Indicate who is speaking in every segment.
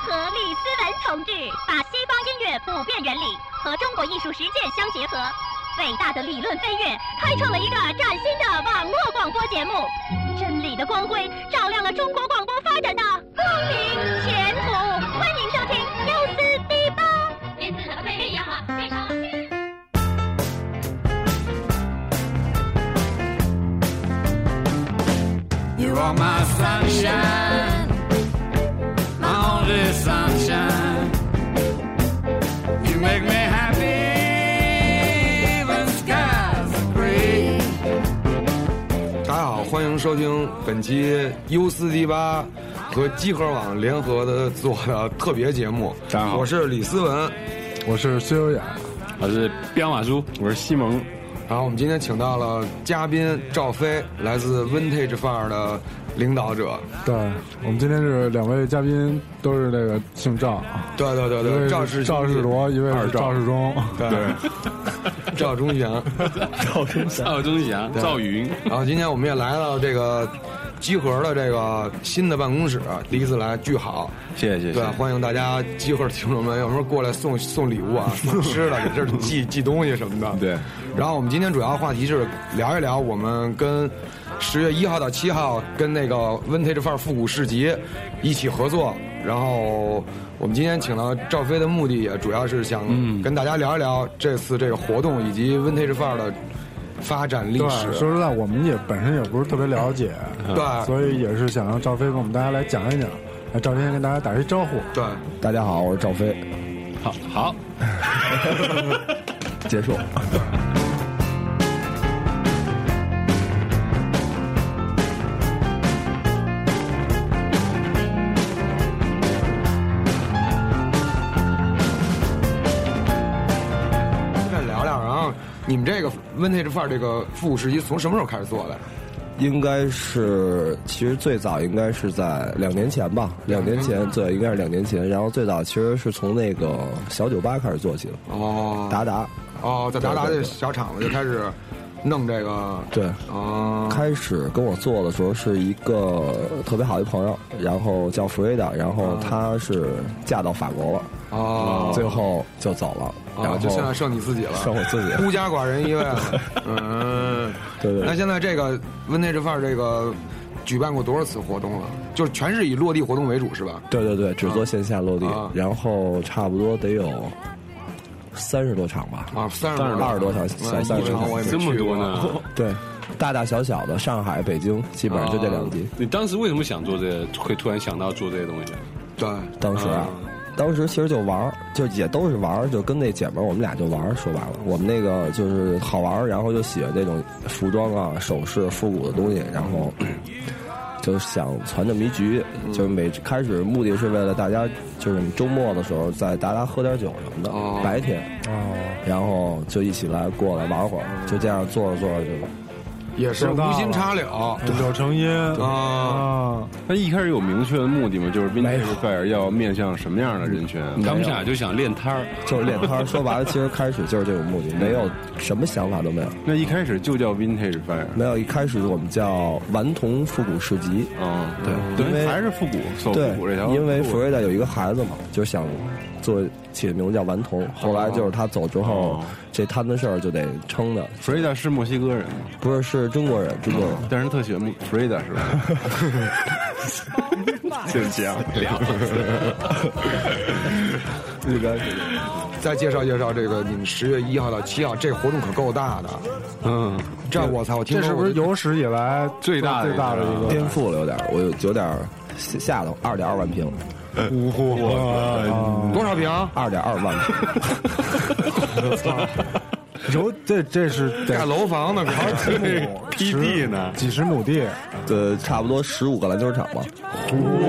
Speaker 1: 斯文同志把西方音乐普遍原理和中国艺术实践相结合，伟大的理论飞跃，开创了一个崭新的网络广播节目。真理的光辉照亮了中国广播发展的光明前途。欢迎收听优思第八。
Speaker 2: 连自怎么被这样了？非常。
Speaker 3: You are my sunshine, my only sunshine. You make me happy when skies are gray.
Speaker 4: 大家好，欢迎收听本期 U 四 D 八和集合网联合的做的特别节目。
Speaker 5: 大家好
Speaker 4: 我是李思文。
Speaker 6: 我是孙优雅，
Speaker 5: 我是彪马叔，我是西蒙。
Speaker 4: 然后我们今天请到了嘉宾赵飞，来自 Vintage 范儿的领导者。
Speaker 6: 对我们今天是两位嘉宾都是这个姓赵，啊
Speaker 4: 对对对
Speaker 6: 一位
Speaker 4: 对，
Speaker 6: 是
Speaker 4: 赵世
Speaker 6: 赵世
Speaker 4: 罗，
Speaker 6: 铎，一位
Speaker 4: 二
Speaker 6: 是
Speaker 4: 赵
Speaker 6: 赵世忠，
Speaker 4: 对， 赵忠祥。
Speaker 5: 赵忠祥、赵云，
Speaker 4: 然后今天我们也来到这个集合的这个新的办公室，啊第一次来，巨好。
Speaker 5: 谢谢谢
Speaker 4: 对，欢迎大家集合听众们，有时候过来送送礼物啊，送吃的，给这儿寄寄东西什么的。
Speaker 5: 对。
Speaker 4: 然后我们今天主要话题是聊一聊我们跟十月一号到七号跟那个 Vintage 范儿复古市集一起合作，然后我们今天请到赵飞的目的也主要是想
Speaker 5: 嗯
Speaker 4: 跟大家聊一聊这次这个活动以及 Vintage 范儿的发展历
Speaker 6: 对，
Speaker 4: 史。啊
Speaker 6: 说实在，我们也本身也不是特别了解，
Speaker 4: 对
Speaker 6: 所以也是想让赵飞跟我们大家来讲一讲。来，赵飞先跟大家打一招呼。
Speaker 4: 对，
Speaker 7: 大家好，我是赵飞。
Speaker 5: 好好，
Speaker 7: 结束。
Speaker 4: 再聊聊。然后你们这个 Vintage 范儿这个复古市集从什么时候开始做的？
Speaker 7: 应该是，其实最早应该是在两年前吧，两年前，对，应该是两年前。然后最早其实是从那个小酒吧开始做起的，
Speaker 4: 哦
Speaker 7: 达达，
Speaker 4: 哦，在达达
Speaker 7: 对
Speaker 4: 这
Speaker 7: 对对
Speaker 4: 小厂子就开始弄这个，
Speaker 7: 对。
Speaker 4: 哦，
Speaker 7: 开始跟我做的时候是一个特别好的朋友，然后叫弗瑞达，然后她是嫁到法国了，
Speaker 4: 啊哦，
Speaker 7: 最后就走了，然
Speaker 4: 啊，
Speaker 7: 后
Speaker 4: 就现在剩你自己了，
Speaker 7: 剩我自己了
Speaker 4: 孤家寡人一位 了。嗯，
Speaker 7: 对对对
Speaker 4: 那现在这个 Vintage 范儿这个举办过多少次活动了？就是全是以落地活动为主是吧？
Speaker 7: 对对对，只做线下落地，
Speaker 4: 啊
Speaker 7: 然后差不多得有三十多场吧。
Speaker 4: 啊，三十
Speaker 7: 二十多场小三
Speaker 4: 一
Speaker 7: 十
Speaker 4: 场我也没
Speaker 5: 这么
Speaker 4: 去过
Speaker 5: 多呢。
Speaker 7: 对，大大小小的，上海、北京，基本上就这两地。
Speaker 4: 啊
Speaker 5: 你当时为什么想做这个？会突然想到做这些东西？
Speaker 4: 对，
Speaker 7: 当时啊，当时其实就玩儿，就也都是玩儿，就跟那姐们儿，我们俩就玩儿。说白了，我们那个就是好玩儿，然后就喜欢这种服装啊、首饰、复古的东西，然后就想攒这么一局。
Speaker 4: 嗯
Speaker 7: 就是每开始目的是为了大家，就是周末的时候在达达喝点酒什么的，
Speaker 4: 哦
Speaker 7: 白天，
Speaker 6: 哦，
Speaker 7: 然后就一起来过来玩会儿，就这样坐着坐着就。
Speaker 4: 也是无心插柳。
Speaker 6: 柳成荫
Speaker 4: 啊，
Speaker 6: 啊，
Speaker 5: 那一开始有明确的目的吗？就是 Vintage Fair 要面向什么样的人群？他们俩就想练摊儿，
Speaker 7: 就是练摊儿，说白了，其实开始就是这种目的，没有什么想法都没有。
Speaker 5: 那一开始就叫 Vintage Fair。
Speaker 7: 没有，一开始我们叫顽童复古市集，
Speaker 5: 嗯，
Speaker 7: 对
Speaker 5: 等于
Speaker 7: 因为
Speaker 5: 还是复古，走
Speaker 7: 对
Speaker 5: 复古这条，路。
Speaker 7: 因为弗瑞达有一个孩子嘛，就想做起名叫顽童，后来就是他走之后
Speaker 5: 哦，
Speaker 7: 这摊子事儿就得撑着，
Speaker 5: 弗瑞达是墨西哥人吗，
Speaker 7: 不是是中国人，中国人。
Speaker 5: 但是特喜欢弗瑞达是 吧？对不起啊，聊
Speaker 7: 那个
Speaker 4: 再介绍介绍这个，你们十月一号到七号这活动可够大的，
Speaker 5: 嗯，
Speaker 4: 这我操，我听
Speaker 6: 这
Speaker 4: 说
Speaker 6: 是不
Speaker 4: 我
Speaker 6: 是
Speaker 4: 就
Speaker 6: 有史以来
Speaker 5: 最大的
Speaker 6: 最大的
Speaker 5: 一个
Speaker 6: 一
Speaker 7: 颠覆了有点儿，我有有点儿吓到，二点二万平，
Speaker 6: 个？啊，
Speaker 4: 多少平？
Speaker 7: 二点二万平，
Speaker 6: 有这这是得
Speaker 4: 盖哎楼房呢，好几亩。
Speaker 5: ，P D 呢？
Speaker 6: 几十亩地，
Speaker 7: 呃，差不多十五个篮球场吧，
Speaker 5: 我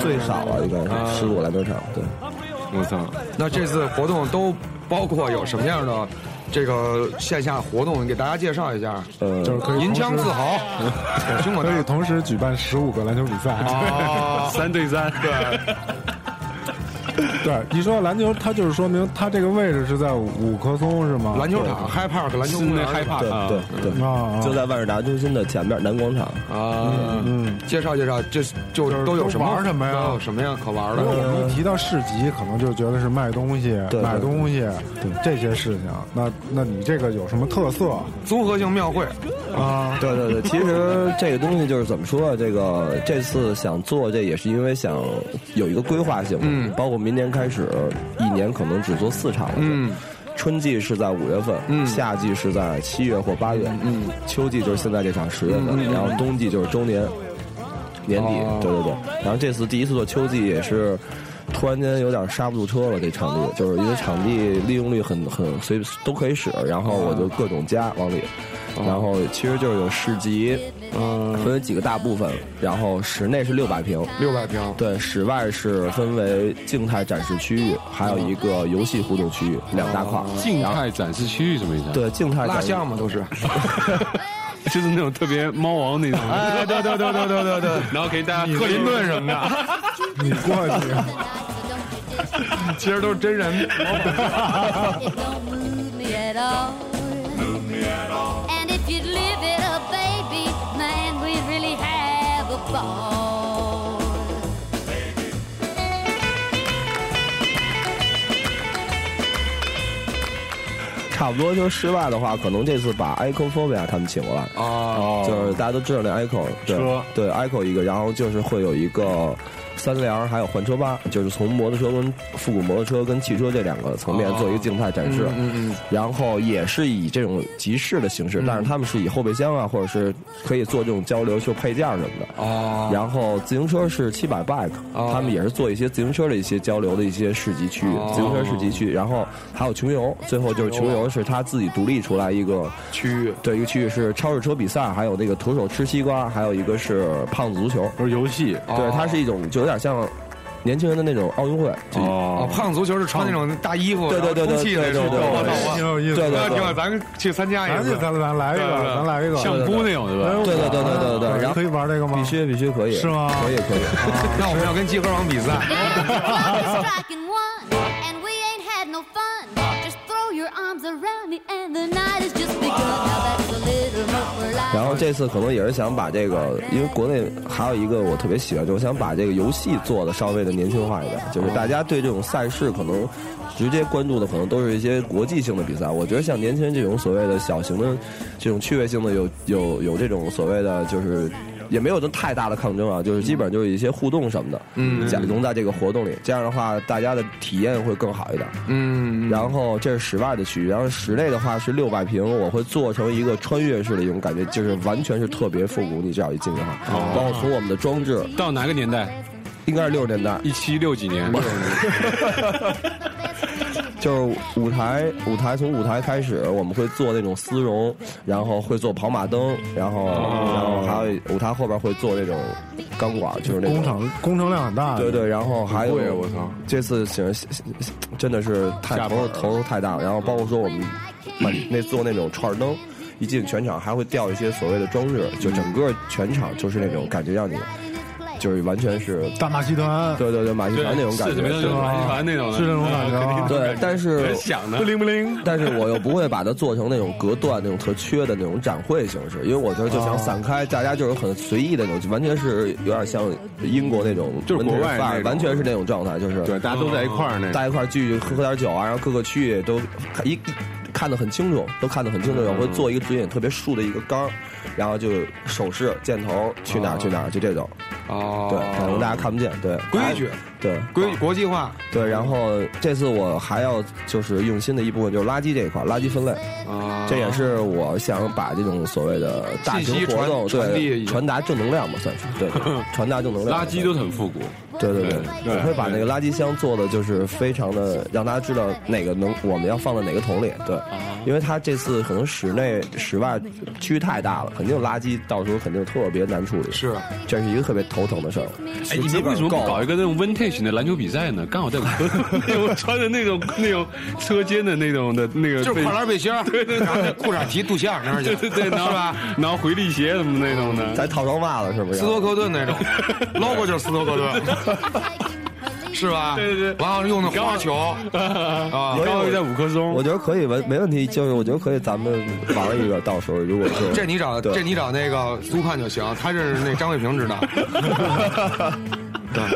Speaker 7: 最少了应该是十五个篮球场，对。
Speaker 5: 操！ 我操！
Speaker 4: 那这次活动都包括有什么样的这个线下活动？你给大家介绍一下。
Speaker 7: 呃，
Speaker 6: 就是可以
Speaker 4: 银
Speaker 6: 同时
Speaker 4: 枪自豪，凶猛
Speaker 6: 可以
Speaker 4: 大。
Speaker 6: 同时举办十五个篮球比赛。
Speaker 4: 哦，
Speaker 5: 三对三，对，
Speaker 6: 对，你说篮球，它就是说明它这个位置是在五棵松是吗？
Speaker 4: 篮球场 High Park 篮球公园
Speaker 5: 害怕
Speaker 7: 对
Speaker 5: 啊，
Speaker 7: 对对，
Speaker 6: 啊，
Speaker 7: 就在万事达中心的前面南广场。
Speaker 4: 啊，
Speaker 6: 嗯，
Speaker 4: 介绍介绍，这就
Speaker 6: 就是
Speaker 4: 都有
Speaker 6: 都
Speaker 4: 什么
Speaker 6: 玩什么呀嗯
Speaker 4: 都有什么呀可玩
Speaker 6: 如果我
Speaker 4: 的？
Speaker 6: 们一提到市集，可能就觉得是卖东西、
Speaker 7: 对对
Speaker 6: 买东西
Speaker 7: 对
Speaker 6: 这些事情。那那你这个有什么特色
Speaker 4: 综合性庙会，
Speaker 6: 啊？
Speaker 7: 对对对，其实这个东西就是怎么说啊？这个这次想做这也是因为想有一个规划性，
Speaker 4: 嗯
Speaker 7: 包括明年开始，一年可能只做四场了，
Speaker 4: 嗯，
Speaker 7: 春季是在五月份，
Speaker 4: 嗯
Speaker 7: 夏季是在七月或八月，嗯，秋季就是现在这场十月份，然后冬季就是周年年底，
Speaker 4: 哦
Speaker 7: 对对对。然后这次第一次做秋季也是。突然间有点刹不住车了，这场地就是因为场地利用率很很随都可以使，然后我就各种加往里，然后其实就是有市集，哦嗯，分为几个大部分，然后室内是六百平，
Speaker 4: 六百平，
Speaker 7: 对，室外是分为静态展示区域，还有一个游戏互动区域，两大块。
Speaker 5: 静态展示区域什么意思啊？
Speaker 7: 对，静态
Speaker 4: 蜡
Speaker 7: 展示
Speaker 4: 像嘛都是。
Speaker 5: 就是那种特别猫王那种，
Speaker 4: 哎，对对对对对对对，
Speaker 5: 然后给大家克林顿什么的，
Speaker 6: 你过去，
Speaker 4: 其实都是真人。
Speaker 8: It don't move me at all. And if you'd live it up, baby, man, we'd really have a ball.
Speaker 7: 差不多就是室外的话，可能这次把 Echo Phobia 他们请过来，
Speaker 4: 哦
Speaker 7: 就是大家都知道那 Echo 对
Speaker 5: 车
Speaker 7: 对 Echo 一个，然后就是会有一个三联，还有换车吧，就是从摩托车跟复古摩托车跟汽车这两个层面做一个静态展示，
Speaker 4: 嗯嗯嗯
Speaker 7: 然后也是以这种集市的形式，但是他们是以后备箱啊，或者是可以做这种交流，就配件儿什么的。
Speaker 4: 哦，
Speaker 7: 然后自行车是七百 bike，、
Speaker 4: 哦
Speaker 7: 他们也是做一些自行车的一些交流的一些市集区域，
Speaker 4: 哦
Speaker 7: 自行车市集区，然后还有穷游，最后就是穷游是他自己独立出来一个
Speaker 4: 区域
Speaker 7: 对一个区域是超市车比赛，还有那个徒手吃西瓜，还有一个是胖子足球，
Speaker 5: 不是游戏
Speaker 6: 哦
Speaker 7: 对，它是一种就有点像年轻人的那种奥运会，就
Speaker 4: 哦，
Speaker 5: 哦，
Speaker 4: 胖子足球是穿那种大衣服，
Speaker 7: 对对对对
Speaker 4: 然后充气那
Speaker 7: 对对
Speaker 4: 种，
Speaker 7: 对对
Speaker 4: 我
Speaker 7: 对
Speaker 6: 挺
Speaker 4: 操
Speaker 6: 有意思
Speaker 7: 对
Speaker 4: 我，
Speaker 7: 对
Speaker 4: 那
Speaker 6: 的。
Speaker 4: 挺好，啊咱去参加
Speaker 6: 咱
Speaker 4: 一
Speaker 6: 就
Speaker 4: 次。
Speaker 6: 咱咱来一
Speaker 4: 对
Speaker 6: 个，
Speaker 4: 对对
Speaker 6: 咱来一个。
Speaker 5: 相扑那种对
Speaker 6: 哎
Speaker 5: 吧？
Speaker 6: 我
Speaker 7: 对对对对对对对
Speaker 6: 哎
Speaker 7: 然后
Speaker 6: 可以玩这个吗？
Speaker 7: 必须必须可以，
Speaker 6: 是吗
Speaker 7: 可以可以。
Speaker 4: 那我们要跟集合网比赛。
Speaker 8: striking one, and we ain't had no fun. Just throw your arms around me, and the night has just begun. Now that's a little more like.
Speaker 7: 然后这次可能也是想把这个，因为国内还有一个我特别喜欢，就是想把这个游戏做的稍微的年轻化一点，就是大家对这种赛事可能直接关注的可能都是一些国际性的比赛。我觉得像年轻人这种所谓的小型的这种趣味性的，有有有这种所谓的就是。也没有什么太大的抗争啊，就是基本上就是一些互动什么的，嗯，加融在这个活动里，这样的话大家的体验会更好一点。
Speaker 4: 嗯，
Speaker 7: 然后这是室外的区域，然后室内的话是六百平，我会做成一个穿越式的一种感觉，就是完全是特别复古。你只要一进去哈，包括从我们的装置，
Speaker 5: 到哪个年代？
Speaker 7: 应该是六十年代，
Speaker 5: 一七六几年？
Speaker 7: 就是舞台，舞台从舞台开始，我们会做那种丝绒，然后会做跑马灯，然后、然后还有舞台后边会做那种钢管，就是那种
Speaker 6: 工程工程量很大。
Speaker 7: 对对，然后还有
Speaker 4: 贵啊我操，
Speaker 7: 这次请真的是太
Speaker 5: 下本
Speaker 7: 投入投入太大了，然后包括说我们把那做那种串儿灯。一进全场还会掉一些所谓的装置，就整个全场就是那种感觉，让你就是完全是，
Speaker 6: 大马戏团
Speaker 7: 对对对，马戏团那种感
Speaker 5: 是什么
Speaker 7: 觉，
Speaker 5: 样？
Speaker 6: 吧
Speaker 5: 马戏团那种的，
Speaker 6: 是这种感觉啊
Speaker 4: 哦
Speaker 7: 对。但是
Speaker 5: 人想的
Speaker 6: 不灵不灵。
Speaker 7: 但是我又不会把它做成那种隔断、那种特缺的那种展会形式，因为我觉得就
Speaker 5: 啊
Speaker 7: 想散开，大家就是很随意的那种，完全是有点像英国那种，
Speaker 5: 就是国外那种
Speaker 7: 完全是那种状态，就是
Speaker 5: 对，大家都在一块儿
Speaker 4: 嗯
Speaker 5: 那
Speaker 7: 大家一块儿聚喝点酒啊，然后各个区域都一一看得很清楚，都看得很
Speaker 4: 嗯
Speaker 7: 清楚。然后会做一个指引，特别竖的一个杆儿，然后就手势、箭头去哪儿去哪儿，就这种。
Speaker 4: 哦，
Speaker 7: 对，可能大家看不见。对，
Speaker 4: 规矩，
Speaker 7: 对
Speaker 4: 规国际化
Speaker 7: 对。然后这次我还要就是用心的一部分就是垃圾这一块，垃圾分类，
Speaker 4: 啊，
Speaker 7: 这也是我想把这种所谓的大
Speaker 4: 信息
Speaker 7: 型
Speaker 4: 传
Speaker 7: 活动
Speaker 4: 传递一
Speaker 7: 对
Speaker 4: 下
Speaker 7: 传达正能量吧，算是 对，对传达正能
Speaker 5: 垃
Speaker 7: 量。
Speaker 5: 圾都很复古，
Speaker 7: 对对对，
Speaker 5: 对
Speaker 7: 我会把那个垃圾箱做的就是非常的，让大家知道哪个能我们要放在哪个桶里。对，
Speaker 5: 啊
Speaker 7: 因为它这次可能室内室外区域太大了，肯定垃圾到时候肯定特别难处理。
Speaker 4: 是，
Speaker 7: 这是一个特别头疼的事儿。
Speaker 5: 哎，你们为什么不搞一个那种 vintage 的篮球比赛呢？刚好在我们 那种穿着那种那种车间的那种的那个，
Speaker 4: 就是跨栏背心儿，然后那裤衩提肚脐眼那儿去，
Speaker 5: 对对对， 然后
Speaker 4: 是吧？？
Speaker 5: 然后回力鞋什么那种的，
Speaker 7: 咱套双袜子是不是
Speaker 4: 斯？托克顿那种，logo 就是斯托克顿。是吧？
Speaker 5: 对对对
Speaker 4: 然后用的花球啊
Speaker 5: 你，刚好在五棵松，
Speaker 7: 我觉得可以，没没问题，就是我觉得可以，咱们玩 一个，到时候如果是
Speaker 4: 这你找
Speaker 7: 对
Speaker 4: 这你找那个苏盼就行，他认识那张卫平知道。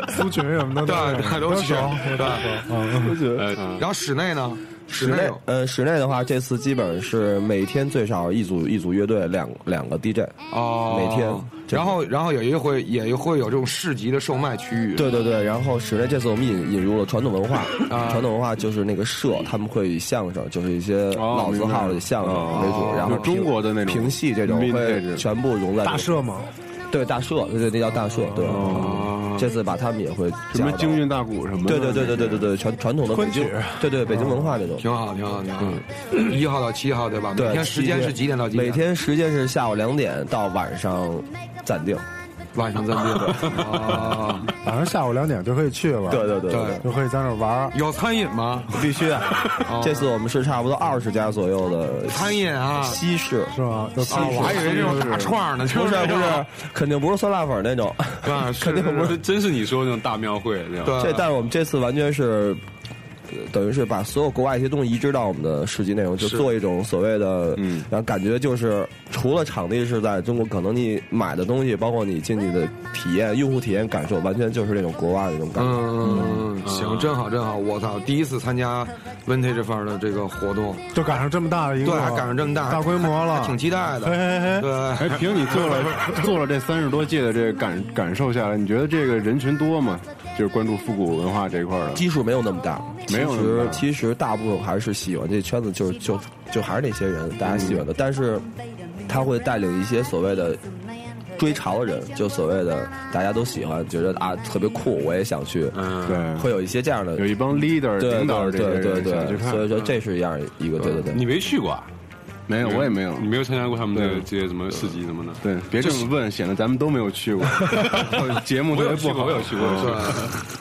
Speaker 6: 苏群什么的，
Speaker 4: 对对都
Speaker 6: 都
Speaker 4: 去
Speaker 6: 熟，我都熟嗯嗯
Speaker 5: 呃，
Speaker 4: 然后室内呢？室
Speaker 7: 室
Speaker 4: 内
Speaker 7: 内
Speaker 4: 有
Speaker 7: 呃室内的话，这次基本是每天最少一组一组乐队，两两个 DJ。
Speaker 4: 哦，
Speaker 7: 每天这个
Speaker 4: 然后然后有一会也会有这种市集的售卖区域。
Speaker 7: 对对对，然后室内这次我们引引入了传统文化，
Speaker 5: 啊
Speaker 7: 传统文化就是那个社，他们会以相声，就是一些
Speaker 5: 哦
Speaker 7: 老字号的相声为
Speaker 5: 明
Speaker 7: 主，
Speaker 5: 白
Speaker 7: 然后
Speaker 5: 哦就中国的那种
Speaker 7: 评戏这种
Speaker 5: vintage
Speaker 7: 会全部融在
Speaker 6: 大
Speaker 7: 这
Speaker 6: 社嘛，
Speaker 7: 对大社，对对，那叫大社，对。这次把他们也会
Speaker 5: 哦什么
Speaker 7: 加到
Speaker 5: 京韵大鼓什么的，
Speaker 7: 对对对对对对对，传传统的北
Speaker 6: 昆
Speaker 7: 京
Speaker 6: 曲，
Speaker 7: 对对北京文化这种。
Speaker 4: 挺好，挺好，挺好。一号到七号对吧？
Speaker 7: 嗯对
Speaker 4: 每天时间是几点到几点？
Speaker 7: 每天时间是下午两点到晚上暂定。
Speaker 4: 晚上咱们 就走。哦
Speaker 6: 晚上下午两点就可以去了，
Speaker 7: 对对对
Speaker 4: 对
Speaker 6: 就可以在那儿玩儿。
Speaker 4: 有餐饮 吗？
Speaker 7: 必 须的。
Speaker 5: 哦
Speaker 7: 这次我们是差不多二十家左右的
Speaker 4: 餐饮啊
Speaker 7: 西式。
Speaker 6: 是吗？有
Speaker 4: 啊，我还以为这种大串儿呢，就
Speaker 7: 不是
Speaker 4: 那
Speaker 7: 不
Speaker 4: 种
Speaker 7: 是，肯定不是酸辣粉那种。
Speaker 4: 啊，是
Speaker 7: 肯定不
Speaker 5: 不是，真是你说的那种大庙会那样。
Speaker 4: 对
Speaker 7: 这，但是我们这次完全是，呃等于是把所有国外一些东西移植到我们的市集内容，就是做一种所谓的，嗯，然后感觉就是除了场地是在中国，可能你买的东西，包括你进去的体验、用户体验感受，完全就是那种国外的那种感觉。
Speaker 4: 嗯，行，真好，真好！我操，第一次参加 Vintage 范儿的这个活动，
Speaker 6: 就赶上这么大的一个，
Speaker 4: 对，还赶上这么大
Speaker 6: 大规模
Speaker 7: 啊
Speaker 6: 了，
Speaker 4: 还挺期待的。
Speaker 6: 嘿嘿嘿，
Speaker 4: 对，
Speaker 5: 哎，凭你做了做了这三十多届的这个感感受下来，你觉得这个人群多吗？就是关注复古文化这一块儿的，
Speaker 7: 基数没有那么大，
Speaker 5: 没有那
Speaker 7: 其
Speaker 5: 么
Speaker 7: 实
Speaker 5: 大
Speaker 7: 其实大部分还是喜欢这圈子，就是就就还是那些人，大家喜欢的。但是他会带领一些所谓的追潮的人，就所谓的大家都喜欢，觉得啊特别酷，我也想去，
Speaker 5: 嗯，对，
Speaker 7: 会有一些这样的
Speaker 5: 有一帮 leader
Speaker 7: 对
Speaker 5: 领导
Speaker 7: 对
Speaker 5: 这些
Speaker 7: 对对
Speaker 5: 人想去
Speaker 7: 对，
Speaker 5: 看，嗯
Speaker 7: 所以说这是一样一个对对
Speaker 5: 你
Speaker 7: 对。
Speaker 5: 没去过啊？
Speaker 9: 没
Speaker 4: 嗯
Speaker 9: 有，我也没有。
Speaker 5: 你没有参加过他们的
Speaker 9: 对
Speaker 5: 这些什么市集什么的？
Speaker 9: 对，别这么问，显得咱们都没有去 过。节目
Speaker 5: 我
Speaker 9: 特
Speaker 5: 有
Speaker 9: 别
Speaker 5: 去
Speaker 9: 不
Speaker 5: 过，
Speaker 9: 好。
Speaker 5: 我有去过，我有去过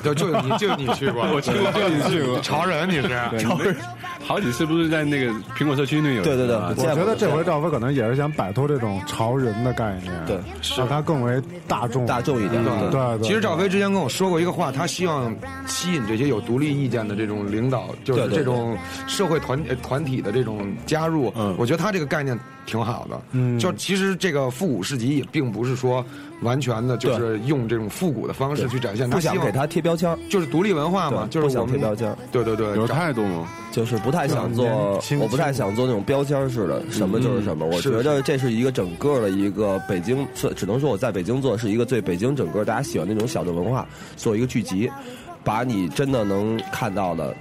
Speaker 4: 对， 就就你就你 去过，我去
Speaker 5: 过就你去过
Speaker 4: 潮人你是？
Speaker 5: 对，你好几次不是在那个苹果社区那有？
Speaker 7: 对对对
Speaker 5: 啊
Speaker 6: 我觉得这回赵飞可能也是想摆脱这种潮人的概念，
Speaker 7: 对，
Speaker 6: 让它更为大众，
Speaker 7: 大众一点
Speaker 6: 对
Speaker 7: 嗯
Speaker 5: 嗯
Speaker 7: 对
Speaker 6: 对。
Speaker 4: 其实赵飞之前跟我说过一个话，他希望吸引这些有独立意见的这种领导，就是
Speaker 7: 对对嗯
Speaker 4: 这种社会团呃团体的这种加入。我觉得他这个概念挺好的。嗯，就其实这个复古市集也并不是说完全的，就是用这种复古的方式去展现。
Speaker 7: 不
Speaker 4: 希
Speaker 7: 想
Speaker 4: 望
Speaker 7: 给他贴标签儿，
Speaker 4: 就是独立文化嘛，就
Speaker 7: 对
Speaker 4: 是我
Speaker 7: 不想
Speaker 4: 们
Speaker 7: 贴标签。
Speaker 4: 对对对，
Speaker 5: 有
Speaker 4: 找
Speaker 5: 态度吗？
Speaker 7: 就是不太想做
Speaker 6: 嗯清，
Speaker 7: 我不太想做那种标签式的，什么就是什么。我
Speaker 4: 嗯是
Speaker 7: 觉得这是一个整个的一个北京，做只能说我在北京做是一个最北京整个大家喜欢那种小众文化，做一个聚集，把你真的能看到的、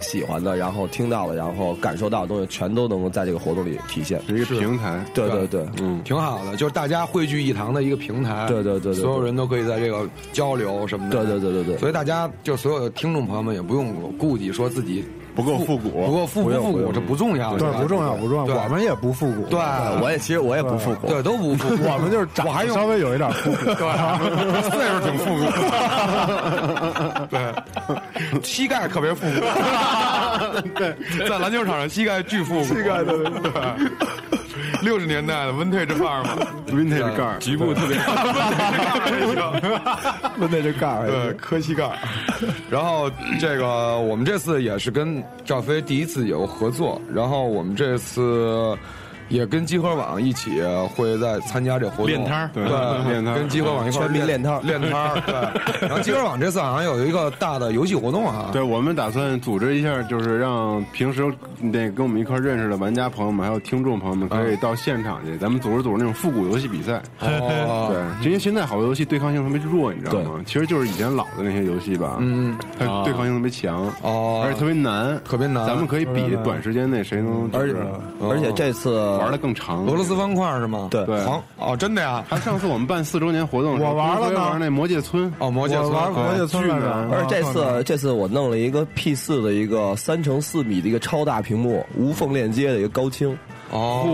Speaker 7: 喜欢的，然后听到的，然后感受到的东西，全都能够在这个活动里体现。
Speaker 5: 有一个平台，
Speaker 7: 对对对，
Speaker 5: 嗯，
Speaker 4: 挺好的，就是大家汇聚一堂的一个平台。
Speaker 7: 对对对对对
Speaker 4: 所有人都可以在这个交流什么的。
Speaker 7: 对对对对对
Speaker 4: 所以大家就所有的听众朋友们也不用顾忌说自己
Speaker 5: 不够复古
Speaker 4: 不够复不
Speaker 7: 不用
Speaker 4: 复
Speaker 7: 不
Speaker 4: 古
Speaker 7: 用
Speaker 4: 这不重要，
Speaker 6: 对
Speaker 4: 吧
Speaker 6: 不重要不重
Speaker 4: 对
Speaker 6: 要，我们也不复古，
Speaker 4: 对，
Speaker 7: 呃我也其实我也不复古，
Speaker 4: 对都不复古，
Speaker 6: 我们就是长
Speaker 4: 我还
Speaker 6: 得
Speaker 4: 用
Speaker 6: 稍微有一点复 古，
Speaker 4: 对岁数挺复古， 对膝盖特别复古， 对， 在篮球场上膝盖巨 复古，膝盖 对六十年代的温退这范儿嘛，
Speaker 5: vintage 盖儿，局部特别
Speaker 7: 问那这盖儿
Speaker 4: 对，磕膝盖。然后这个我们这次也是跟赵飞第一次有合作，然后我们这次。也跟集合网一起呃会在参加这活动
Speaker 5: 练摊儿
Speaker 4: 对，
Speaker 5: 对练摊儿
Speaker 4: 跟集合网一块儿
Speaker 7: 全民练摊儿
Speaker 4: 练摊儿， 对。然后集合网这次好像有一个大的游戏活动啊，
Speaker 5: 对，我们打算组织一下，就是让平时那跟我们一块儿认识的玩家朋友们，还有听众朋友们，可以到现场去，咱们组织组织那种复古游戏比赛。
Speaker 4: 啊哦，
Speaker 5: 对，因为现在好多游戏对抗性特别弱，你知道吗？其实就是以前老的那些游戏吧，嗯，它对抗性特别强，
Speaker 4: 啊哦
Speaker 5: 而且特别难，
Speaker 4: 特别难呃
Speaker 5: 咱们可以比短时间内谁能，
Speaker 7: 而且而且这次
Speaker 5: 玩的更长。
Speaker 4: 俄罗斯方块是吗？
Speaker 7: 对
Speaker 5: 对
Speaker 4: 黄哦，真的呀，
Speaker 5: 还上次我们办四周年活动的时候，
Speaker 6: 我玩了呢
Speaker 5: 中国玩那魔界村，
Speaker 4: 哦，魔戒
Speaker 6: 我
Speaker 4: 村
Speaker 6: 玩
Speaker 4: 对
Speaker 6: 魔界村来着，
Speaker 7: 而
Speaker 6: 啊
Speaker 7: 这
Speaker 6: 放那
Speaker 7: 次
Speaker 6: 儿
Speaker 7: 这次我弄了一个 P 四的一个三乘四米的一个超大屏幕，无缝链接的一个高清，
Speaker 4: 哦，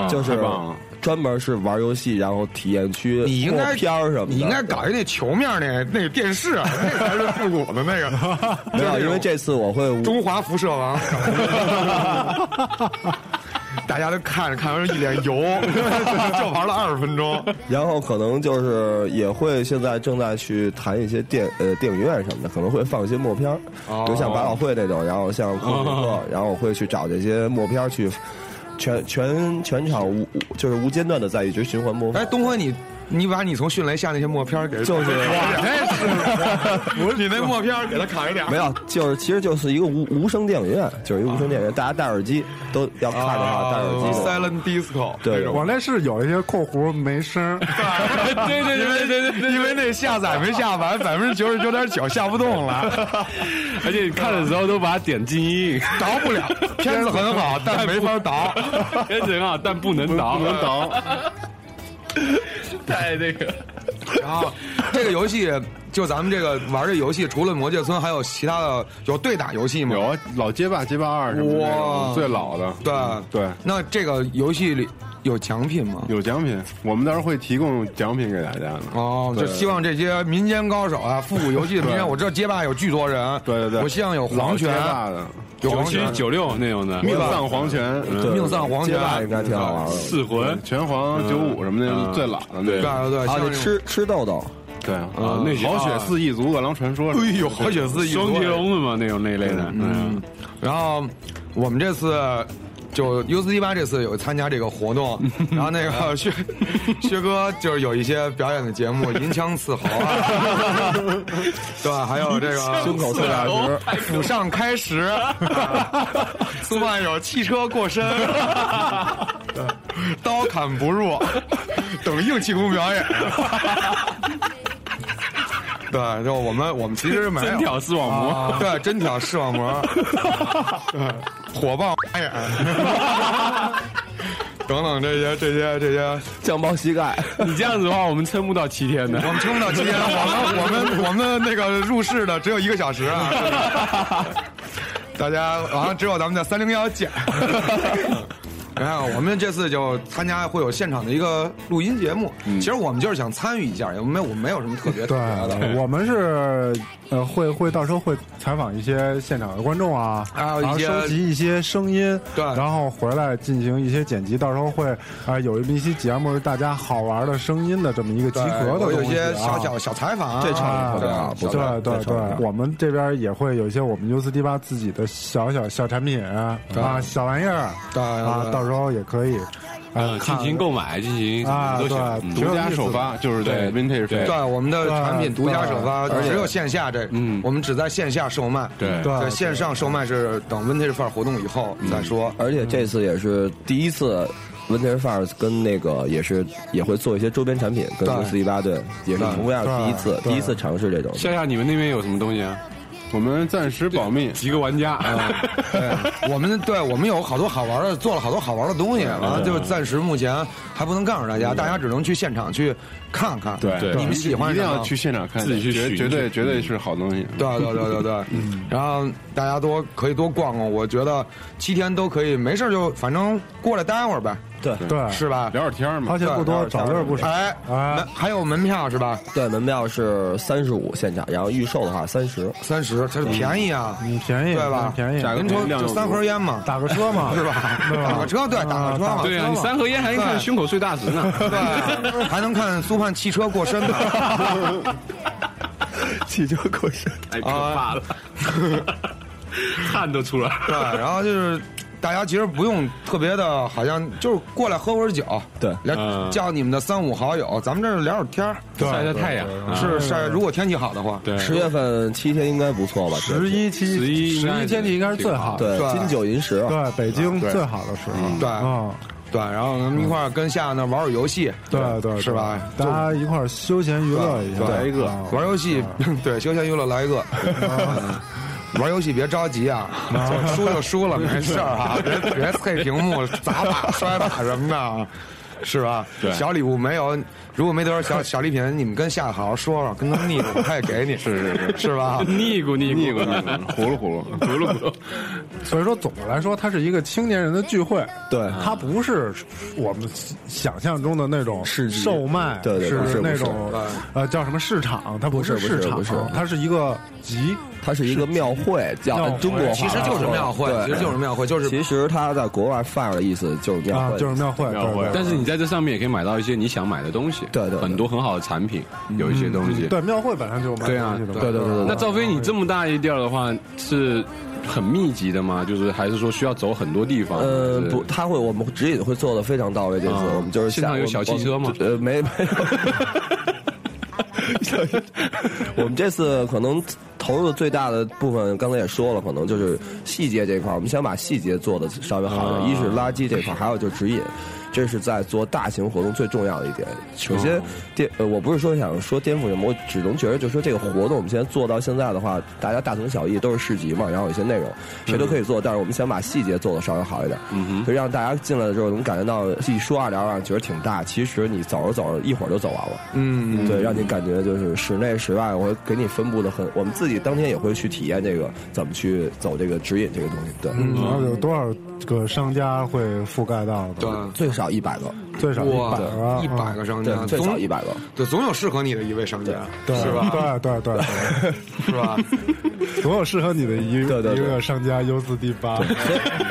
Speaker 5: 哇
Speaker 6: 啊
Speaker 7: 就是
Speaker 5: 太棒了！
Speaker 7: 专门是玩游戏，然后体验区、
Speaker 4: 你应该
Speaker 7: 默片儿什么的。
Speaker 4: 你应该搞一那球面儿那那电视啊，那才是复古的 那个。
Speaker 7: 没有，因为这次我会
Speaker 4: 中华辐射王，大家都看着看完一脸 油，就玩了二十分钟。
Speaker 7: 然后可能就是也会现在正在去谈一些电呃电影院什么的，可能会放一些默片儿，
Speaker 4: 哦
Speaker 7: 比如像百老汇那种，然后像库布里克，然后我会去找这些默片儿去全全全场无就是无间断的在一直循环播放
Speaker 4: 哎，。东辉，你你把你从迅雷下那些默片儿给
Speaker 7: 就是
Speaker 4: 我这是，不是你那默片儿给他砍一点儿。
Speaker 7: 没有，就是其实就是一个无无声电影院，就是一个无声电影院，大家戴耳机都要看的
Speaker 4: 啊
Speaker 7: 话，戴耳
Speaker 4: 哦
Speaker 7: 机的。
Speaker 4: Silent Disco
Speaker 7: 对
Speaker 4: 那种
Speaker 6: 我那是有一些括弧没声儿，
Speaker 4: 哎对对对对对对，因为那下载没下完，百分之九十九点九下不动了，
Speaker 9: 而且你看的时候都把它点静音，
Speaker 4: 哎倒不了。片子很好，但没法倒。
Speaker 9: 也挺好，但不能倒，不能倒。 太那个，
Speaker 4: 然后啊这个游戏，就咱们这个玩这游戏，除了魔界村，还有其他的有对打游戏吗？
Speaker 5: 有啊，老街霸、街霸二什么的那
Speaker 4: 哇
Speaker 5: 种最老的，
Speaker 4: 对
Speaker 5: 嗯对，
Speaker 4: 那这个游戏里有奖品吗？
Speaker 5: 有奖品，我们到时候会提供奖品给大家的。
Speaker 4: 哦，就
Speaker 5: 对
Speaker 4: 希望这些民间高手啊，复古游戏的民间，我知道街霸有巨多人，
Speaker 5: 对对对，
Speaker 4: 我希望有
Speaker 5: 老
Speaker 4: 黄
Speaker 5: 街
Speaker 4: 泉，
Speaker 5: 霸的
Speaker 9: 九
Speaker 4: 有黄
Speaker 9: 七
Speaker 4: 泉、
Speaker 9: 九六那种的，
Speaker 5: 命丧黄泉，嗯
Speaker 4: 命丧黄
Speaker 7: 街
Speaker 4: 泉，
Speaker 7: 霸应该挺好玩的。
Speaker 9: 四魂，
Speaker 5: 拳皇九五什么的
Speaker 9: 嗯
Speaker 5: 最老的那
Speaker 9: 对
Speaker 5: 个，
Speaker 4: 对对，
Speaker 7: 啊，
Speaker 4: 像
Speaker 7: 你
Speaker 4: 这种
Speaker 7: 吃吃豆豆，
Speaker 5: 对啊
Speaker 9: 啊那些
Speaker 5: 好雪
Speaker 9: 啊
Speaker 5: 四一族、饿狼传说，
Speaker 4: 哎呦
Speaker 9: 嗯
Speaker 4: 好雪四翼族
Speaker 9: 双截龙的嘛，那种那类的，嗯，
Speaker 4: 然后我们这次就 U 四一八这次有参加这个 活动，然后那个薛薛哥就是有一些表演的节目，银枪刺喉 啊，对吧？还有这个
Speaker 7: 胸口碎大石，
Speaker 9: 哎
Speaker 4: 腹上开石，啊苏曼有汽车 过身，对刀砍不入，等硬气功 表演。对，就我们我们其实没有
Speaker 9: 真挑视网膜，
Speaker 4: 啊，对，真挑视网膜，对火爆花眼， 等等这些这些这些，
Speaker 7: 酱包膝盖，
Speaker 9: 你这样子的话，我们撑不到七天的
Speaker 4: 我。们撑不到七天，我们我们我们那个入室的只有一个小时啊。是吧大家完了之后，咱们在三零幺见。然后我们这次就参加会有现场的一个录音节目，其实我们就是想参与一下，也没有我们没有什么特别特
Speaker 6: 对
Speaker 4: 别的，
Speaker 6: 我们是呃会会到时候会采访一些现场的观众啊，
Speaker 4: 还有一
Speaker 6: 然后
Speaker 4: 些
Speaker 6: 收集一些声音，
Speaker 4: 对
Speaker 6: 然后回来进行一些剪辑，到时候会啊、有一期节目是大家好玩的声音的这么一个集
Speaker 4: 对
Speaker 6: 合的
Speaker 4: 会有
Speaker 6: 东
Speaker 4: 一
Speaker 6: 西
Speaker 4: 些
Speaker 6: 啊。
Speaker 4: 小小小采访啊，
Speaker 7: 这场也
Speaker 6: 啊
Speaker 7: 不错啊，不错，
Speaker 6: 对对
Speaker 7: 这
Speaker 6: 对
Speaker 7: 场也不，错
Speaker 6: 我们这边也会有一些我们 U 四 D 八自己的小小小产品啊，小玩意儿
Speaker 4: 对
Speaker 6: 啊，
Speaker 4: 对
Speaker 6: 到时候也可以啊
Speaker 9: 嗯，进行购买，进行
Speaker 6: 啊，
Speaker 9: 都
Speaker 6: 对
Speaker 9: 行。，嗯
Speaker 6: 挺有
Speaker 5: 独家
Speaker 6: 意思
Speaker 5: 首
Speaker 6: 的
Speaker 5: 发，就是
Speaker 9: 对
Speaker 5: 在 Vintage
Speaker 9: 对
Speaker 5: Fair
Speaker 4: 对，我们的
Speaker 6: 对
Speaker 4: 产品独家首发，
Speaker 6: 对
Speaker 4: 只有线下这，
Speaker 9: 嗯
Speaker 4: 我们只在线下售卖，
Speaker 9: 对
Speaker 6: 对
Speaker 4: 在线上售卖是等 Vintage 范儿活动以后再说。
Speaker 7: 而且这次也是第一次。Vintage Farms 跟那个也是也会做一些周边产品，跟
Speaker 4: 对
Speaker 7: 公司一八对也是同样
Speaker 6: 对
Speaker 7: 第一次
Speaker 6: 对
Speaker 7: 第一次尝试这种。
Speaker 9: 夏夏，你们那边有什么东西啊？
Speaker 5: 我们暂时保密，
Speaker 9: 几个玩家，
Speaker 4: 对，我们对我们有好多好玩的，做了好多好玩的东西，完了就暂时目前还不能告诉大家，大家只能去现场去看看。
Speaker 9: 对
Speaker 4: 你们喜欢
Speaker 5: 一定
Speaker 4: 什
Speaker 5: 要
Speaker 4: 么
Speaker 5: 去嗯现场看，
Speaker 9: 自己去
Speaker 5: 绝
Speaker 9: 寻
Speaker 5: 绝对绝对是好东西。
Speaker 4: 对对对对对，然后大家多可以多逛逛，我觉得七天都可以，没事儿就反正过来待会儿呗，
Speaker 7: 对
Speaker 6: 对，
Speaker 4: 是吧？
Speaker 5: 聊会儿天儿嘛，
Speaker 6: 掏钱哎不多，找乐儿不少。
Speaker 4: 哎，
Speaker 6: 啊
Speaker 4: 门还有门票是吧？
Speaker 7: 对，门票是三十五现场，然后预售的话三十。
Speaker 4: 三十，它是便宜啊，
Speaker 6: 嗯便宜
Speaker 4: 对吧？
Speaker 6: 便宜价嗯
Speaker 5: 格
Speaker 4: 您瞅
Speaker 5: 便宜量
Speaker 4: 就
Speaker 5: 又
Speaker 4: 三
Speaker 5: 足
Speaker 4: 盒烟嘛，
Speaker 6: 打个车 嘛，
Speaker 4: 是吧？
Speaker 6: 对吧
Speaker 4: 打个车，对，打个车嘛，
Speaker 6: 啊
Speaker 9: 对啊，你三盒烟还能看胸口碎大石 呢。
Speaker 4: 对， 还能看苏盼汽车过身呢。
Speaker 7: 汽车过身，
Speaker 9: 太可怕了，啊汗都出来了。
Speaker 4: 对，然后就是大家其实不用特别的，好像就是过来喝会儿酒，
Speaker 7: 对
Speaker 4: 聊
Speaker 9: 嗯
Speaker 4: 叫你们的三五好友，咱们这儿聊会儿天儿，
Speaker 9: 晒晒 太阳，啊
Speaker 4: 是晒，如果天气好的话，
Speaker 9: 对
Speaker 7: 十月份七天应该不错吧？
Speaker 6: 十一期
Speaker 9: 十一应
Speaker 6: 十
Speaker 9: 该
Speaker 6: 一天气应该是最好的，
Speaker 7: 对嗯
Speaker 4: 对
Speaker 7: 金九银十，啊
Speaker 6: 对，北京最好的时候。
Speaker 4: 对
Speaker 6: 啊，
Speaker 4: 对，然后咱们一块儿跟夏夏那玩会儿游戏，
Speaker 6: 对对，对
Speaker 4: 是吧？
Speaker 6: 大家一块儿休闲娱乐一下，嗯
Speaker 4: 对
Speaker 6: 一个
Speaker 4: 哦玩游戏， 对，休闲娱乐来一个。
Speaker 7: 啊
Speaker 4: 玩游戏别着急啊， 就 输就输了，没事儿啊，别别碎屏幕、砸把、摔把什么的啊。是吧？
Speaker 5: 对
Speaker 4: 小礼物没有，如果没得着 小小礼品，你们跟夏好好说说，跟他腻咕，他也给你，是是是，是 吧？
Speaker 10: 腻咕腻
Speaker 5: 腻
Speaker 10: 咕，
Speaker 5: 咕腻咕，葫芦葫芦，
Speaker 10: 咕噜咕噜。
Speaker 6: 所以说，总的来说，它是一个青年人的聚会，嗯
Speaker 7: 对
Speaker 6: 它不是我们想象中的那种
Speaker 7: 市集
Speaker 6: 售卖，
Speaker 7: 对对不是
Speaker 6: 是那
Speaker 7: 不是嗯
Speaker 6: 种呃叫什么市场，它
Speaker 7: 不是不
Speaker 6: 市
Speaker 7: 是
Speaker 6: 场，
Speaker 7: 不是
Speaker 6: 它是一个集，
Speaker 7: 它是一个庙会，叫
Speaker 6: 庙会
Speaker 7: 中国话
Speaker 4: 其实就是庙会，
Speaker 7: 啊对
Speaker 4: 其实就是庙会，就是
Speaker 7: 其实它在国外 fire 的意思就是庙
Speaker 6: 啊，
Speaker 7: 会，
Speaker 6: 就是庙会，
Speaker 5: 庙会
Speaker 6: 对对
Speaker 10: 但是你在这上面也可以买到一些你想买的东西，
Speaker 7: 对对嗯对
Speaker 10: 很多很好的产品，有一些东西。
Speaker 6: 对庙会本身就蛮
Speaker 10: 对啊
Speaker 6: 有意思的嗯
Speaker 7: 对对对对
Speaker 10: 那赵飞，你这么大一地儿的话，是很密集的吗？就是还是说需要走很多地方？
Speaker 7: 呃
Speaker 10: 还，是
Speaker 7: 不，，他会，我们指引会做的非常到位。这次
Speaker 10: 啊
Speaker 7: 我们就是
Speaker 10: 现场
Speaker 7: 下
Speaker 10: 有
Speaker 7: 我们
Speaker 10: 小汽车吗
Speaker 7: 呃，没没有。 我们这次可能投入的最大的部分，刚才也说了，可能就是细节这一块儿我们想把细节做的稍微好一点。一是垃圾这一块儿，还有就是指引，这是在做大型活动最重要的一点。首先颠，呃，我不是说想说颠覆什么，我只能觉得就是说这个活动我们现在做到现在的话，大家大同小异，都是市集嘛，然后有一些内容谁都可以做，但是我们想把细节做的稍微好一点，嗯就让大家进来的时候能感觉到一说二聊二，觉得挺大，其实你走着走着一会儿就走完了。
Speaker 4: 嗯，
Speaker 7: 对，让你感觉就是室内室外，我会给你分布的很。我们自己当天也会去体验这个怎么去走这个指引这个东西。对，
Speaker 6: 嗯然后有多少个商家会覆盖到的？
Speaker 4: 对，
Speaker 7: 最少一百个，
Speaker 6: 最少一百
Speaker 4: 嗯哇，
Speaker 6: 个，
Speaker 4: 一百个商
Speaker 7: 对
Speaker 4: 家，，
Speaker 7: 最少
Speaker 4: 总
Speaker 7: 一百个。
Speaker 4: 对，总有适合你的一位商家，
Speaker 6: 对
Speaker 4: 是吧？？
Speaker 6: 对对对
Speaker 4: 是吧？
Speaker 6: 对，总有适合你的一
Speaker 7: 对对
Speaker 6: 一
Speaker 7: 对
Speaker 6: 个商家优四 D 八，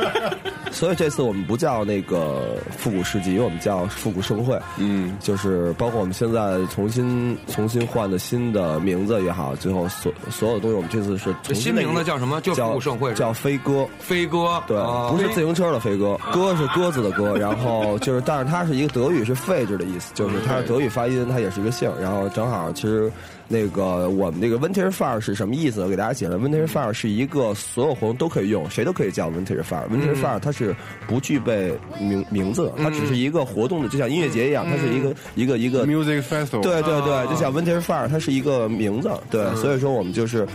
Speaker 7: 所以这次我们不叫那个复古市集，我们叫复古盛会。嗯，就是包括我们现在重新重新换的新的名字也好，最后所所有的东西，我们这次是重新
Speaker 4: 新名字叫什么就
Speaker 7: 叫
Speaker 4: 复古盛会是吧
Speaker 7: 叫飞哥。
Speaker 4: 飞哥，
Speaker 7: 对，
Speaker 4: 啊
Speaker 7: 不是自行车的飞哥，鸽是鸽子的鸽，然后就是，但是它是一个德语，是废置的意思，就是它是德语发音，它也是一个姓。然后正好，其实那个我们这个 Winter Fair 是什么意思？我给大家解释，Winter Fair 是一个所有活动都可以用，谁都可以叫 Winter Fair。Winter Fair 它是不具备名名字的，它只是一个活动的，就像音乐节一样，它是一个一个一个
Speaker 5: Music Festival，
Speaker 7: 对对对，就
Speaker 6: 嗯
Speaker 7: 像 Winter Fair，它是一个名字，对，所以说我们就是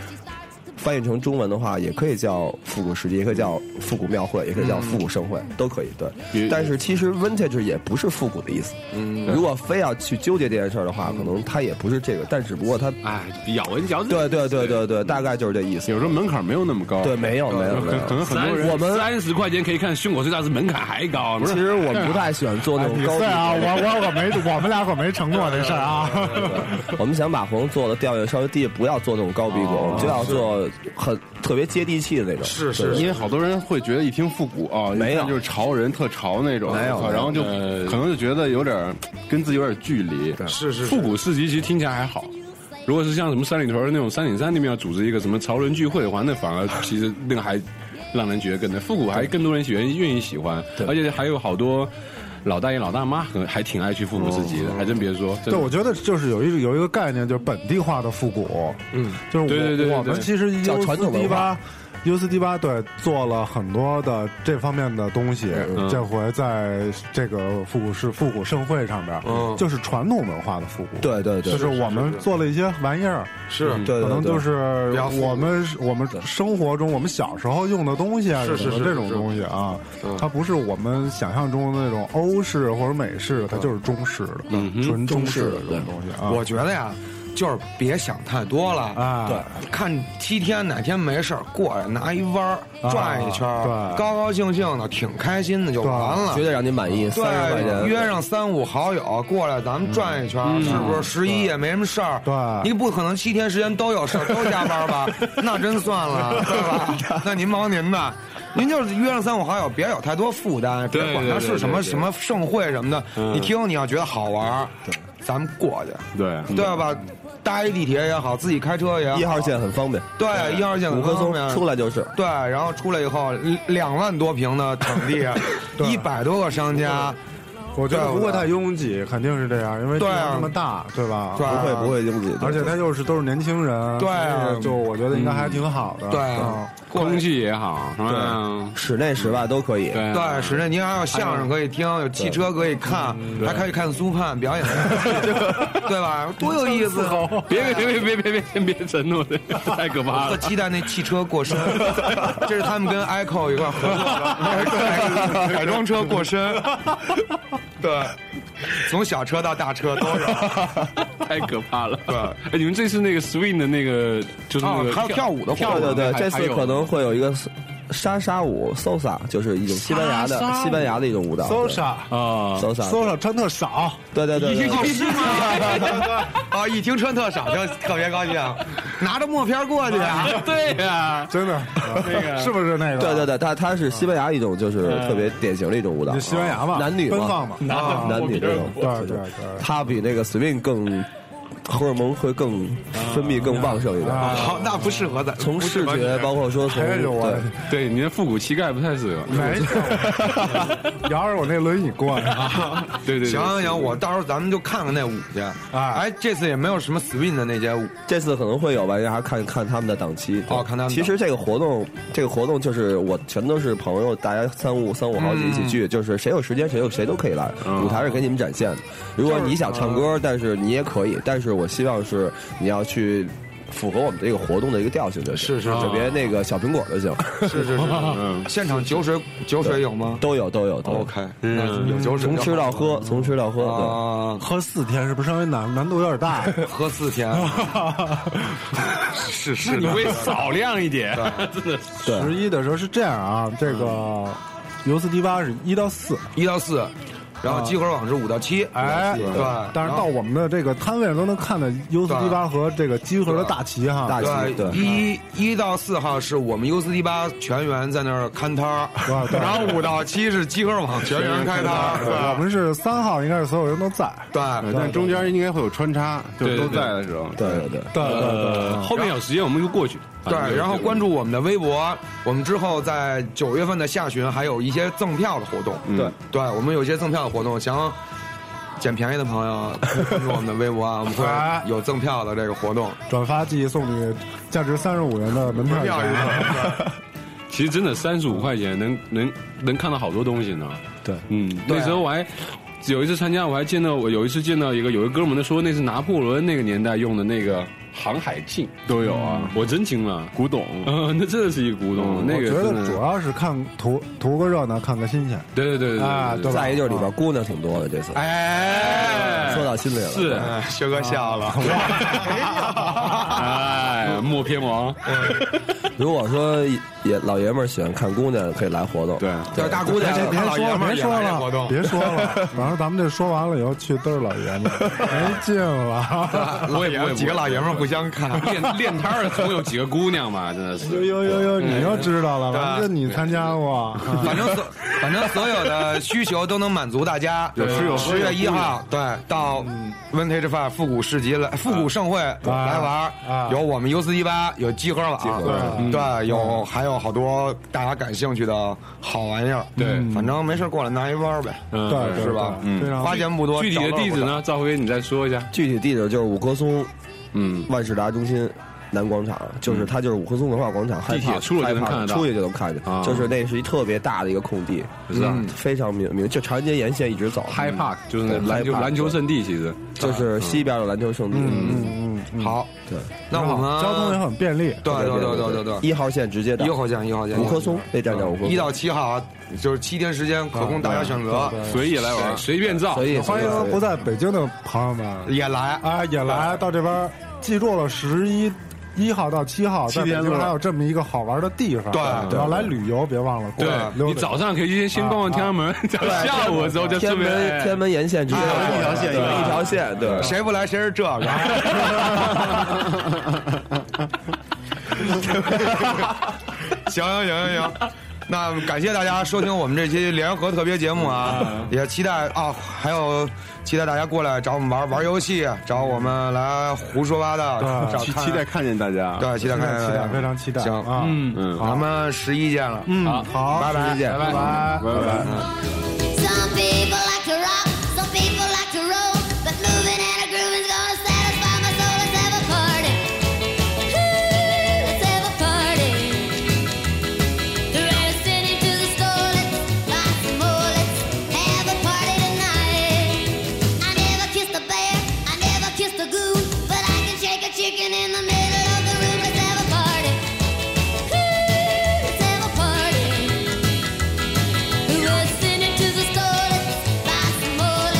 Speaker 7: 翻译成中文的话，也可以叫复古世界，也可以叫复古庙会，也可以叫
Speaker 6: 嗯
Speaker 7: 复古盛会，都可以。对，但是其实 Vintage 也不是复古的意思。嗯，如果非要去纠结这件事儿的
Speaker 6: 嗯
Speaker 7: 话，可能它也不是这个，但只不过它，
Speaker 10: 哎，咬文嚼字。
Speaker 7: 对对对对对，大概就是这意思。
Speaker 5: 有时候门槛没有那么高，
Speaker 7: 对，没有没有
Speaker 5: 可
Speaker 7: 没
Speaker 5: 可
Speaker 7: 有
Speaker 6: 嗯
Speaker 5: 能。很多人
Speaker 7: 我们
Speaker 10: 三十块钱可以看胸口碎大石，门槛还高。不
Speaker 7: 其
Speaker 10: 是，
Speaker 7: 实我们不太喜欢做那
Speaker 6: 哎
Speaker 7: 种
Speaker 6: 你
Speaker 7: 高
Speaker 6: 对
Speaker 7: 低
Speaker 6: 啊，我我可没，我们俩可没承诺这事儿啊。
Speaker 7: 我们想把活动做的调性稍微低，不要做那种高逼格，
Speaker 6: 哦
Speaker 7: 我们就要做很特别接地气的那种。
Speaker 4: 是是，
Speaker 5: 因为好多人会觉得一听复古啊，
Speaker 7: 没有
Speaker 5: 一看就是潮人，特潮那种，
Speaker 7: 没有
Speaker 5: 然后就
Speaker 10: 呃
Speaker 5: 可能就觉得有点儿跟自己有点距离。
Speaker 4: 是是
Speaker 10: 复古市集其实听起来还好。如果是像什么三里屯儿那种三点三那边要组织一个什么潮人聚会的话，那反而其实那个还让人觉得更那复古，还更多人喜欢愿意喜欢，而且还有好多老大爷老大妈很还挺爱去复古市集的，还真别说，真
Speaker 6: 对，
Speaker 10: 的
Speaker 6: 我觉得就是有一有一个概念，就是本地化的复古。嗯，就是我
Speaker 10: 对对对对
Speaker 6: 我们
Speaker 10: 对
Speaker 6: 其实
Speaker 7: 叫
Speaker 6: U
Speaker 7: 传
Speaker 6: 四
Speaker 7: 统文
Speaker 6: D
Speaker 7: 化
Speaker 6: 八。U 四 D 八对做了很多的这方面的东西，这回在这个复古市复古盛会上边，
Speaker 4: 嗯
Speaker 6: 就是传统文化的复古，，
Speaker 7: 对对对，
Speaker 6: 就是我们做了一些玩意儿，
Speaker 4: 是
Speaker 7: 对对
Speaker 6: 嗯可能
Speaker 7: 对
Speaker 6: 就是
Speaker 4: 比较复古
Speaker 6: 我们我们生活中我们小时候用的东西啊，
Speaker 4: 是是
Speaker 6: 什么
Speaker 4: 是
Speaker 6: 这种
Speaker 4: 是嗯
Speaker 6: 东西啊，它不是我们想象中的那种欧式或者美
Speaker 4: 嗯
Speaker 6: 式的，它就是中式的，纯中式的这种东西啊。
Speaker 4: 我觉得呀，就是别想太多了
Speaker 6: 啊
Speaker 4: 对，看七天哪天没事儿过来拿一弯儿
Speaker 6: 啊
Speaker 4: 转一圈儿，
Speaker 6: 对
Speaker 4: 高高兴兴的，挺开心的就
Speaker 6: 对
Speaker 4: 完了
Speaker 7: 绝。对让您满意，三十块
Speaker 4: 对，
Speaker 7: 钱
Speaker 4: 约上三五好友过来，咱们转一圈儿，是不是？十一也没什么事儿，
Speaker 6: 对
Speaker 4: 你不可能七天时间都有事儿，都加班吧？那真算了，对吧？那您忙您的，您就是约上三五好友，别有太多负担，别
Speaker 10: 对
Speaker 4: 管它
Speaker 10: 对对
Speaker 4: 是什么
Speaker 10: 对对
Speaker 4: 什么盛会什么的，你听你要觉得好玩儿，咱们过去，
Speaker 5: 对，
Speaker 4: 对吧？搭一地铁也好，自己开车也好，
Speaker 7: 一号线很方便，
Speaker 4: 对一号线
Speaker 7: 五棵松出
Speaker 4: 来。
Speaker 7: 来就是。
Speaker 4: 对，然后出来以后，两万多平的场地，啊 一百多个商家，
Speaker 6: 我觉得
Speaker 4: 对
Speaker 6: 不会太拥挤，肯定是这样，因为地
Speaker 4: 对啊
Speaker 6: 方那么大，对吧？
Speaker 4: 对
Speaker 7: 不会不会拥挤，
Speaker 6: 而且它又是都是年轻人，
Speaker 4: 对啊
Speaker 6: 所以就我觉得应该还挺好的。
Speaker 4: 对啊
Speaker 6: 嗯
Speaker 10: 空气也好，是吧？
Speaker 7: 室内室外都可以。
Speaker 10: 对
Speaker 4: 对，室内您还有相声可以听，有汽车可以看，
Speaker 7: 嗯
Speaker 4: 还可以看苏盼表 演，对吧？多有意思！
Speaker 10: 别 别 别别别别，先别承诺，这 太可怕
Speaker 4: 特
Speaker 10: 了。
Speaker 4: 期待那汽车过 身，这是 他们跟 Echo 一块儿合作的，改装车过身，对，从小车到大车都 有。
Speaker 10: 太可怕了！对，
Speaker 6: 啊
Speaker 10: 哎，你们这次那个 swing 的那个就是那
Speaker 4: 哦
Speaker 10: 个
Speaker 6: 哦
Speaker 4: 还有跳舞的，
Speaker 10: 跳
Speaker 7: 对对对，这次可能会有一个莎莎舞 salsa，就是一种西班牙的西班牙的一种舞蹈
Speaker 6: salsa
Speaker 7: 啊 salsa
Speaker 6: salsa 穿特少，
Speaker 7: 对对对，
Speaker 4: 一听是吗？啊，一听穿特少就特别高兴， 拿着默片过去啊！
Speaker 10: 对呀，
Speaker 6: 真的，那个 是不是那个？
Speaker 7: 对对对，它它是西班牙一种就是特别典型的一种舞蹈，
Speaker 6: 嗯西班牙嘛，
Speaker 7: 男女啊
Speaker 6: 奔放嘛，啊
Speaker 7: 男女这种，
Speaker 6: 对对，
Speaker 7: 它比那个 swing 更。荷尔蒙会更分泌更旺盛
Speaker 6: 啊
Speaker 7: 一点。
Speaker 4: 好，那不适合咱
Speaker 7: 从视觉，包括说从
Speaker 4: 啊
Speaker 10: 对你的复古膝盖不太适合。
Speaker 6: 没 事，摇着我那轮椅过来。啊
Speaker 10: 对对，
Speaker 4: 行行，我到时候咱们就看看那舞去。哎，这次也没有什么 swing 的那些舞，
Speaker 7: 这次可能会有吧，然后看看他们的档期。
Speaker 4: 哦，看他们。
Speaker 7: 其实这个活动，这个活动就是我全都是朋友，大家三五三五好几一
Speaker 4: 嗯
Speaker 7: 起聚，就是谁有时间谁有谁都可以来。舞台是给你们展现的。如果你想唱
Speaker 4: 嗯
Speaker 7: 歌，但是你也可以，但是。我希望是你要去符合我们这个活动的一个调性就行，
Speaker 4: 是是，
Speaker 7: 就别那个小苹果 就行。
Speaker 4: 是是是，现场酒水酒水有吗？
Speaker 7: 都有都有都有。
Speaker 4: OK，有酒水，
Speaker 7: 从吃到喝，从吃到喝。
Speaker 4: 啊，
Speaker 6: 喝四天是不是稍 微难难度有点大？
Speaker 4: 喝四天，是是，
Speaker 10: 你会少量一点，真的。
Speaker 6: 十一的时候是这样啊，这个尤斯迪巴是一到四，
Speaker 4: 一到四。然后集合网是五到七，
Speaker 6: 哎，
Speaker 4: 对，
Speaker 6: 但是到我们的这个摊位上都能看到 U 四 D 八和这个集合的大旗哈，
Speaker 7: 大旗对，
Speaker 4: 一一到四号是我们 U 四 D 八全员在那儿看摊儿，然后五到七是集合网全员开摊
Speaker 6: 儿，我
Speaker 4: 儿，
Speaker 6: 们是三号，应该是所有人都在，
Speaker 4: 对，
Speaker 5: 但中间应该会有穿插，就
Speaker 10: 对
Speaker 5: 都
Speaker 10: 对对
Speaker 5: 在的时候。
Speaker 7: 对对对。
Speaker 6: 对对对。
Speaker 10: 呃，后面有时间我们就过去。啊
Speaker 4: 对，然后关注我们的微博，我们之后在九月份的下旬还有一些赠票的活动，
Speaker 7: 对
Speaker 4: 对，我们有一些赠票的活动，想捡便宜的朋友关注我们的微博啊，我们会有赠票的这个活动。
Speaker 6: 转发即送你价值三十五元的门票啊
Speaker 4: 票一张
Speaker 10: 其实真的三十五块钱能能能看到好多东西呢。
Speaker 6: 对，啊
Speaker 10: 嗯，那时候我还。有一次参加，我还见到我有一次见到一个有一哥们儿，他说那是拿破仑那个年代用的那个航海镜，
Speaker 5: 都有啊，
Speaker 10: 我真惊了，
Speaker 5: 古董。
Speaker 10: 嗯， 那真的是一个古董，那
Speaker 6: 嗯我
Speaker 10: 个
Speaker 6: 觉
Speaker 10: 真
Speaker 6: 得
Speaker 10: 的
Speaker 6: 主要是看图图个热闹，看个新鲜。
Speaker 10: 对对对对对
Speaker 6: 啊
Speaker 10: 对
Speaker 6: 对吧
Speaker 7: 再一就是里边姑娘挺多的，这次
Speaker 4: 哎，
Speaker 7: 说到心里了。
Speaker 10: 是，
Speaker 4: 哎薛哥笑了，
Speaker 10: 哎，默片王，
Speaker 7: 如果说也老爷们儿喜欢看姑娘，可以来活动。
Speaker 5: 对，
Speaker 4: 对大姑娘
Speaker 6: 别，别
Speaker 4: 老爷
Speaker 6: 说
Speaker 4: 们儿
Speaker 6: 别
Speaker 4: 也
Speaker 6: 说
Speaker 4: 来这活
Speaker 6: 了，
Speaker 4: 动，
Speaker 6: 别说了。然后咱们这说完了以后，去嘚儿老爷们 儿，没劲了。
Speaker 4: 我也
Speaker 10: 不会
Speaker 4: 几个老爷们儿互相看，
Speaker 10: 练练摊儿的总有几个姑娘嘛，真的
Speaker 6: 呦
Speaker 10: 是。
Speaker 6: 呦呦呦，你又知道了，反正你参加过。啊
Speaker 4: 反正所反正所有的需求都能满足大家。
Speaker 5: 有吃有喝
Speaker 4: 十
Speaker 5: 有
Speaker 4: 月一
Speaker 5: 姑娘
Speaker 4: 号，对，到 Vintage Far 复古市集来，复古盛会来玩
Speaker 6: 啊
Speaker 4: 儿，有我们 U 四一八，有集合网，
Speaker 6: 网
Speaker 4: 对，有还有好多大家感兴趣的好玩意儿。
Speaker 10: 对
Speaker 4: 反正没事过来拿一弯儿呗，
Speaker 10: 嗯
Speaker 6: 对，对
Speaker 4: 是吧？
Speaker 6: 对非常
Speaker 4: 花钱不多，
Speaker 10: 具体的
Speaker 4: 找乐
Speaker 10: 地址
Speaker 4: 不少？
Speaker 10: 呢？赵辉，你再说一下。
Speaker 7: 具体地址就是五棵松
Speaker 10: 嗯，
Speaker 7: 万事达中心南广场，就是它就是五棵松文化广场，害
Speaker 10: 地铁
Speaker 7: 怕
Speaker 10: 出了就能
Speaker 7: 害怕
Speaker 10: 看得到
Speaker 7: 出去就能看见，
Speaker 10: 啊
Speaker 7: 就是那是一特别大的一个空地，
Speaker 10: 是啊
Speaker 7: 嗯非常明明，就长安街沿线一直走，嗯
Speaker 10: 嗨 park 就是那篮球
Speaker 7: 嗨 park
Speaker 10: 篮球圣地，其实
Speaker 7: 就是西边的篮球圣地。嗯，
Speaker 6: 嗯嗯，
Speaker 4: 好，
Speaker 7: 对，
Speaker 4: 那我们
Speaker 6: 交通也很便利。
Speaker 4: 对嗯对对对对对。
Speaker 7: 一号线直接到
Speaker 4: 一号线，一号线，
Speaker 7: 五棵松那站叫五棵松，
Speaker 4: 嗯一到七号啊，就是七天时间，可供大家选择，
Speaker 10: 随意来玩，随便造
Speaker 7: 所。以
Speaker 6: 欢迎不在北京的朋友们
Speaker 4: 也来
Speaker 6: 啊，也来到这边，记住了，十一。一号到七号，在北
Speaker 5: 天
Speaker 6: 京
Speaker 5: 了
Speaker 6: 还有这么一个好玩的地方，
Speaker 4: 对对
Speaker 6: 要来旅游别忘了过
Speaker 10: 对
Speaker 6: 来溜达。
Speaker 10: 你早上可以先先逛逛天安门，然后下午的时候就
Speaker 7: 天
Speaker 10: 顺
Speaker 7: 安门
Speaker 10: 便哎
Speaker 7: 天安门沿线直接
Speaker 5: 一条线
Speaker 7: 对
Speaker 5: 一条
Speaker 7: 一条线，对，
Speaker 6: 啊
Speaker 4: 谁不来谁是这 个。行行行行行，那感谢大家收听我们这期联合特别节目
Speaker 6: 嗯
Speaker 4: 啊，也期待啊，还有期待大家过来找我们玩玩游戏，找我们来胡说八道，
Speaker 6: 呃
Speaker 4: 找
Speaker 5: 期
Speaker 4: 看
Speaker 5: 期待看见大家。
Speaker 4: 对期待
Speaker 6: 期
Speaker 4: 看
Speaker 6: 待期待，非常期待。
Speaker 4: 行
Speaker 6: 啊，
Speaker 10: 嗯
Speaker 5: 嗯，
Speaker 4: 咱们十一见了，嗯，
Speaker 6: 好，
Speaker 4: 拜拜
Speaker 6: 再见，拜拜。
Speaker 5: 拜拜。
Speaker 8: Some people like to rock, some people like to roll, but moving and a groove is gonna satisfy my soul. Let's have a party. Ooh, let's have a party. The rare's turning to the store. Let's buy some more. Let's have a party tonight. I never kissed a bear, I never kissed a goon, but I can shake a chicken in the middle of the room. Let's have a party. Ooh, let's have a party. We're sending to the store. Let's buy some more.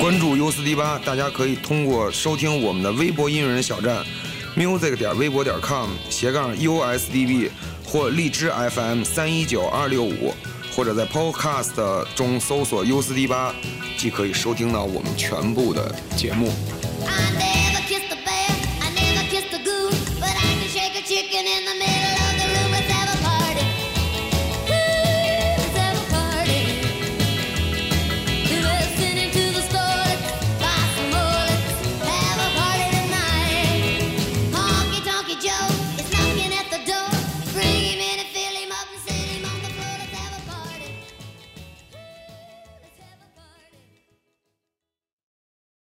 Speaker 4: 关注 U 四 D 八，大家可以通过收听我们的微博音乐人小站，music 点微博点 com 斜杠 USDB 或荔枝 FM 三一九二六五，或者在 Podcast 中搜索 U 四 D 八，既可以收听到我们全部的节目。
Speaker 8: I never kissed a bear, I never kissed a goose, but I can shake a chicken in the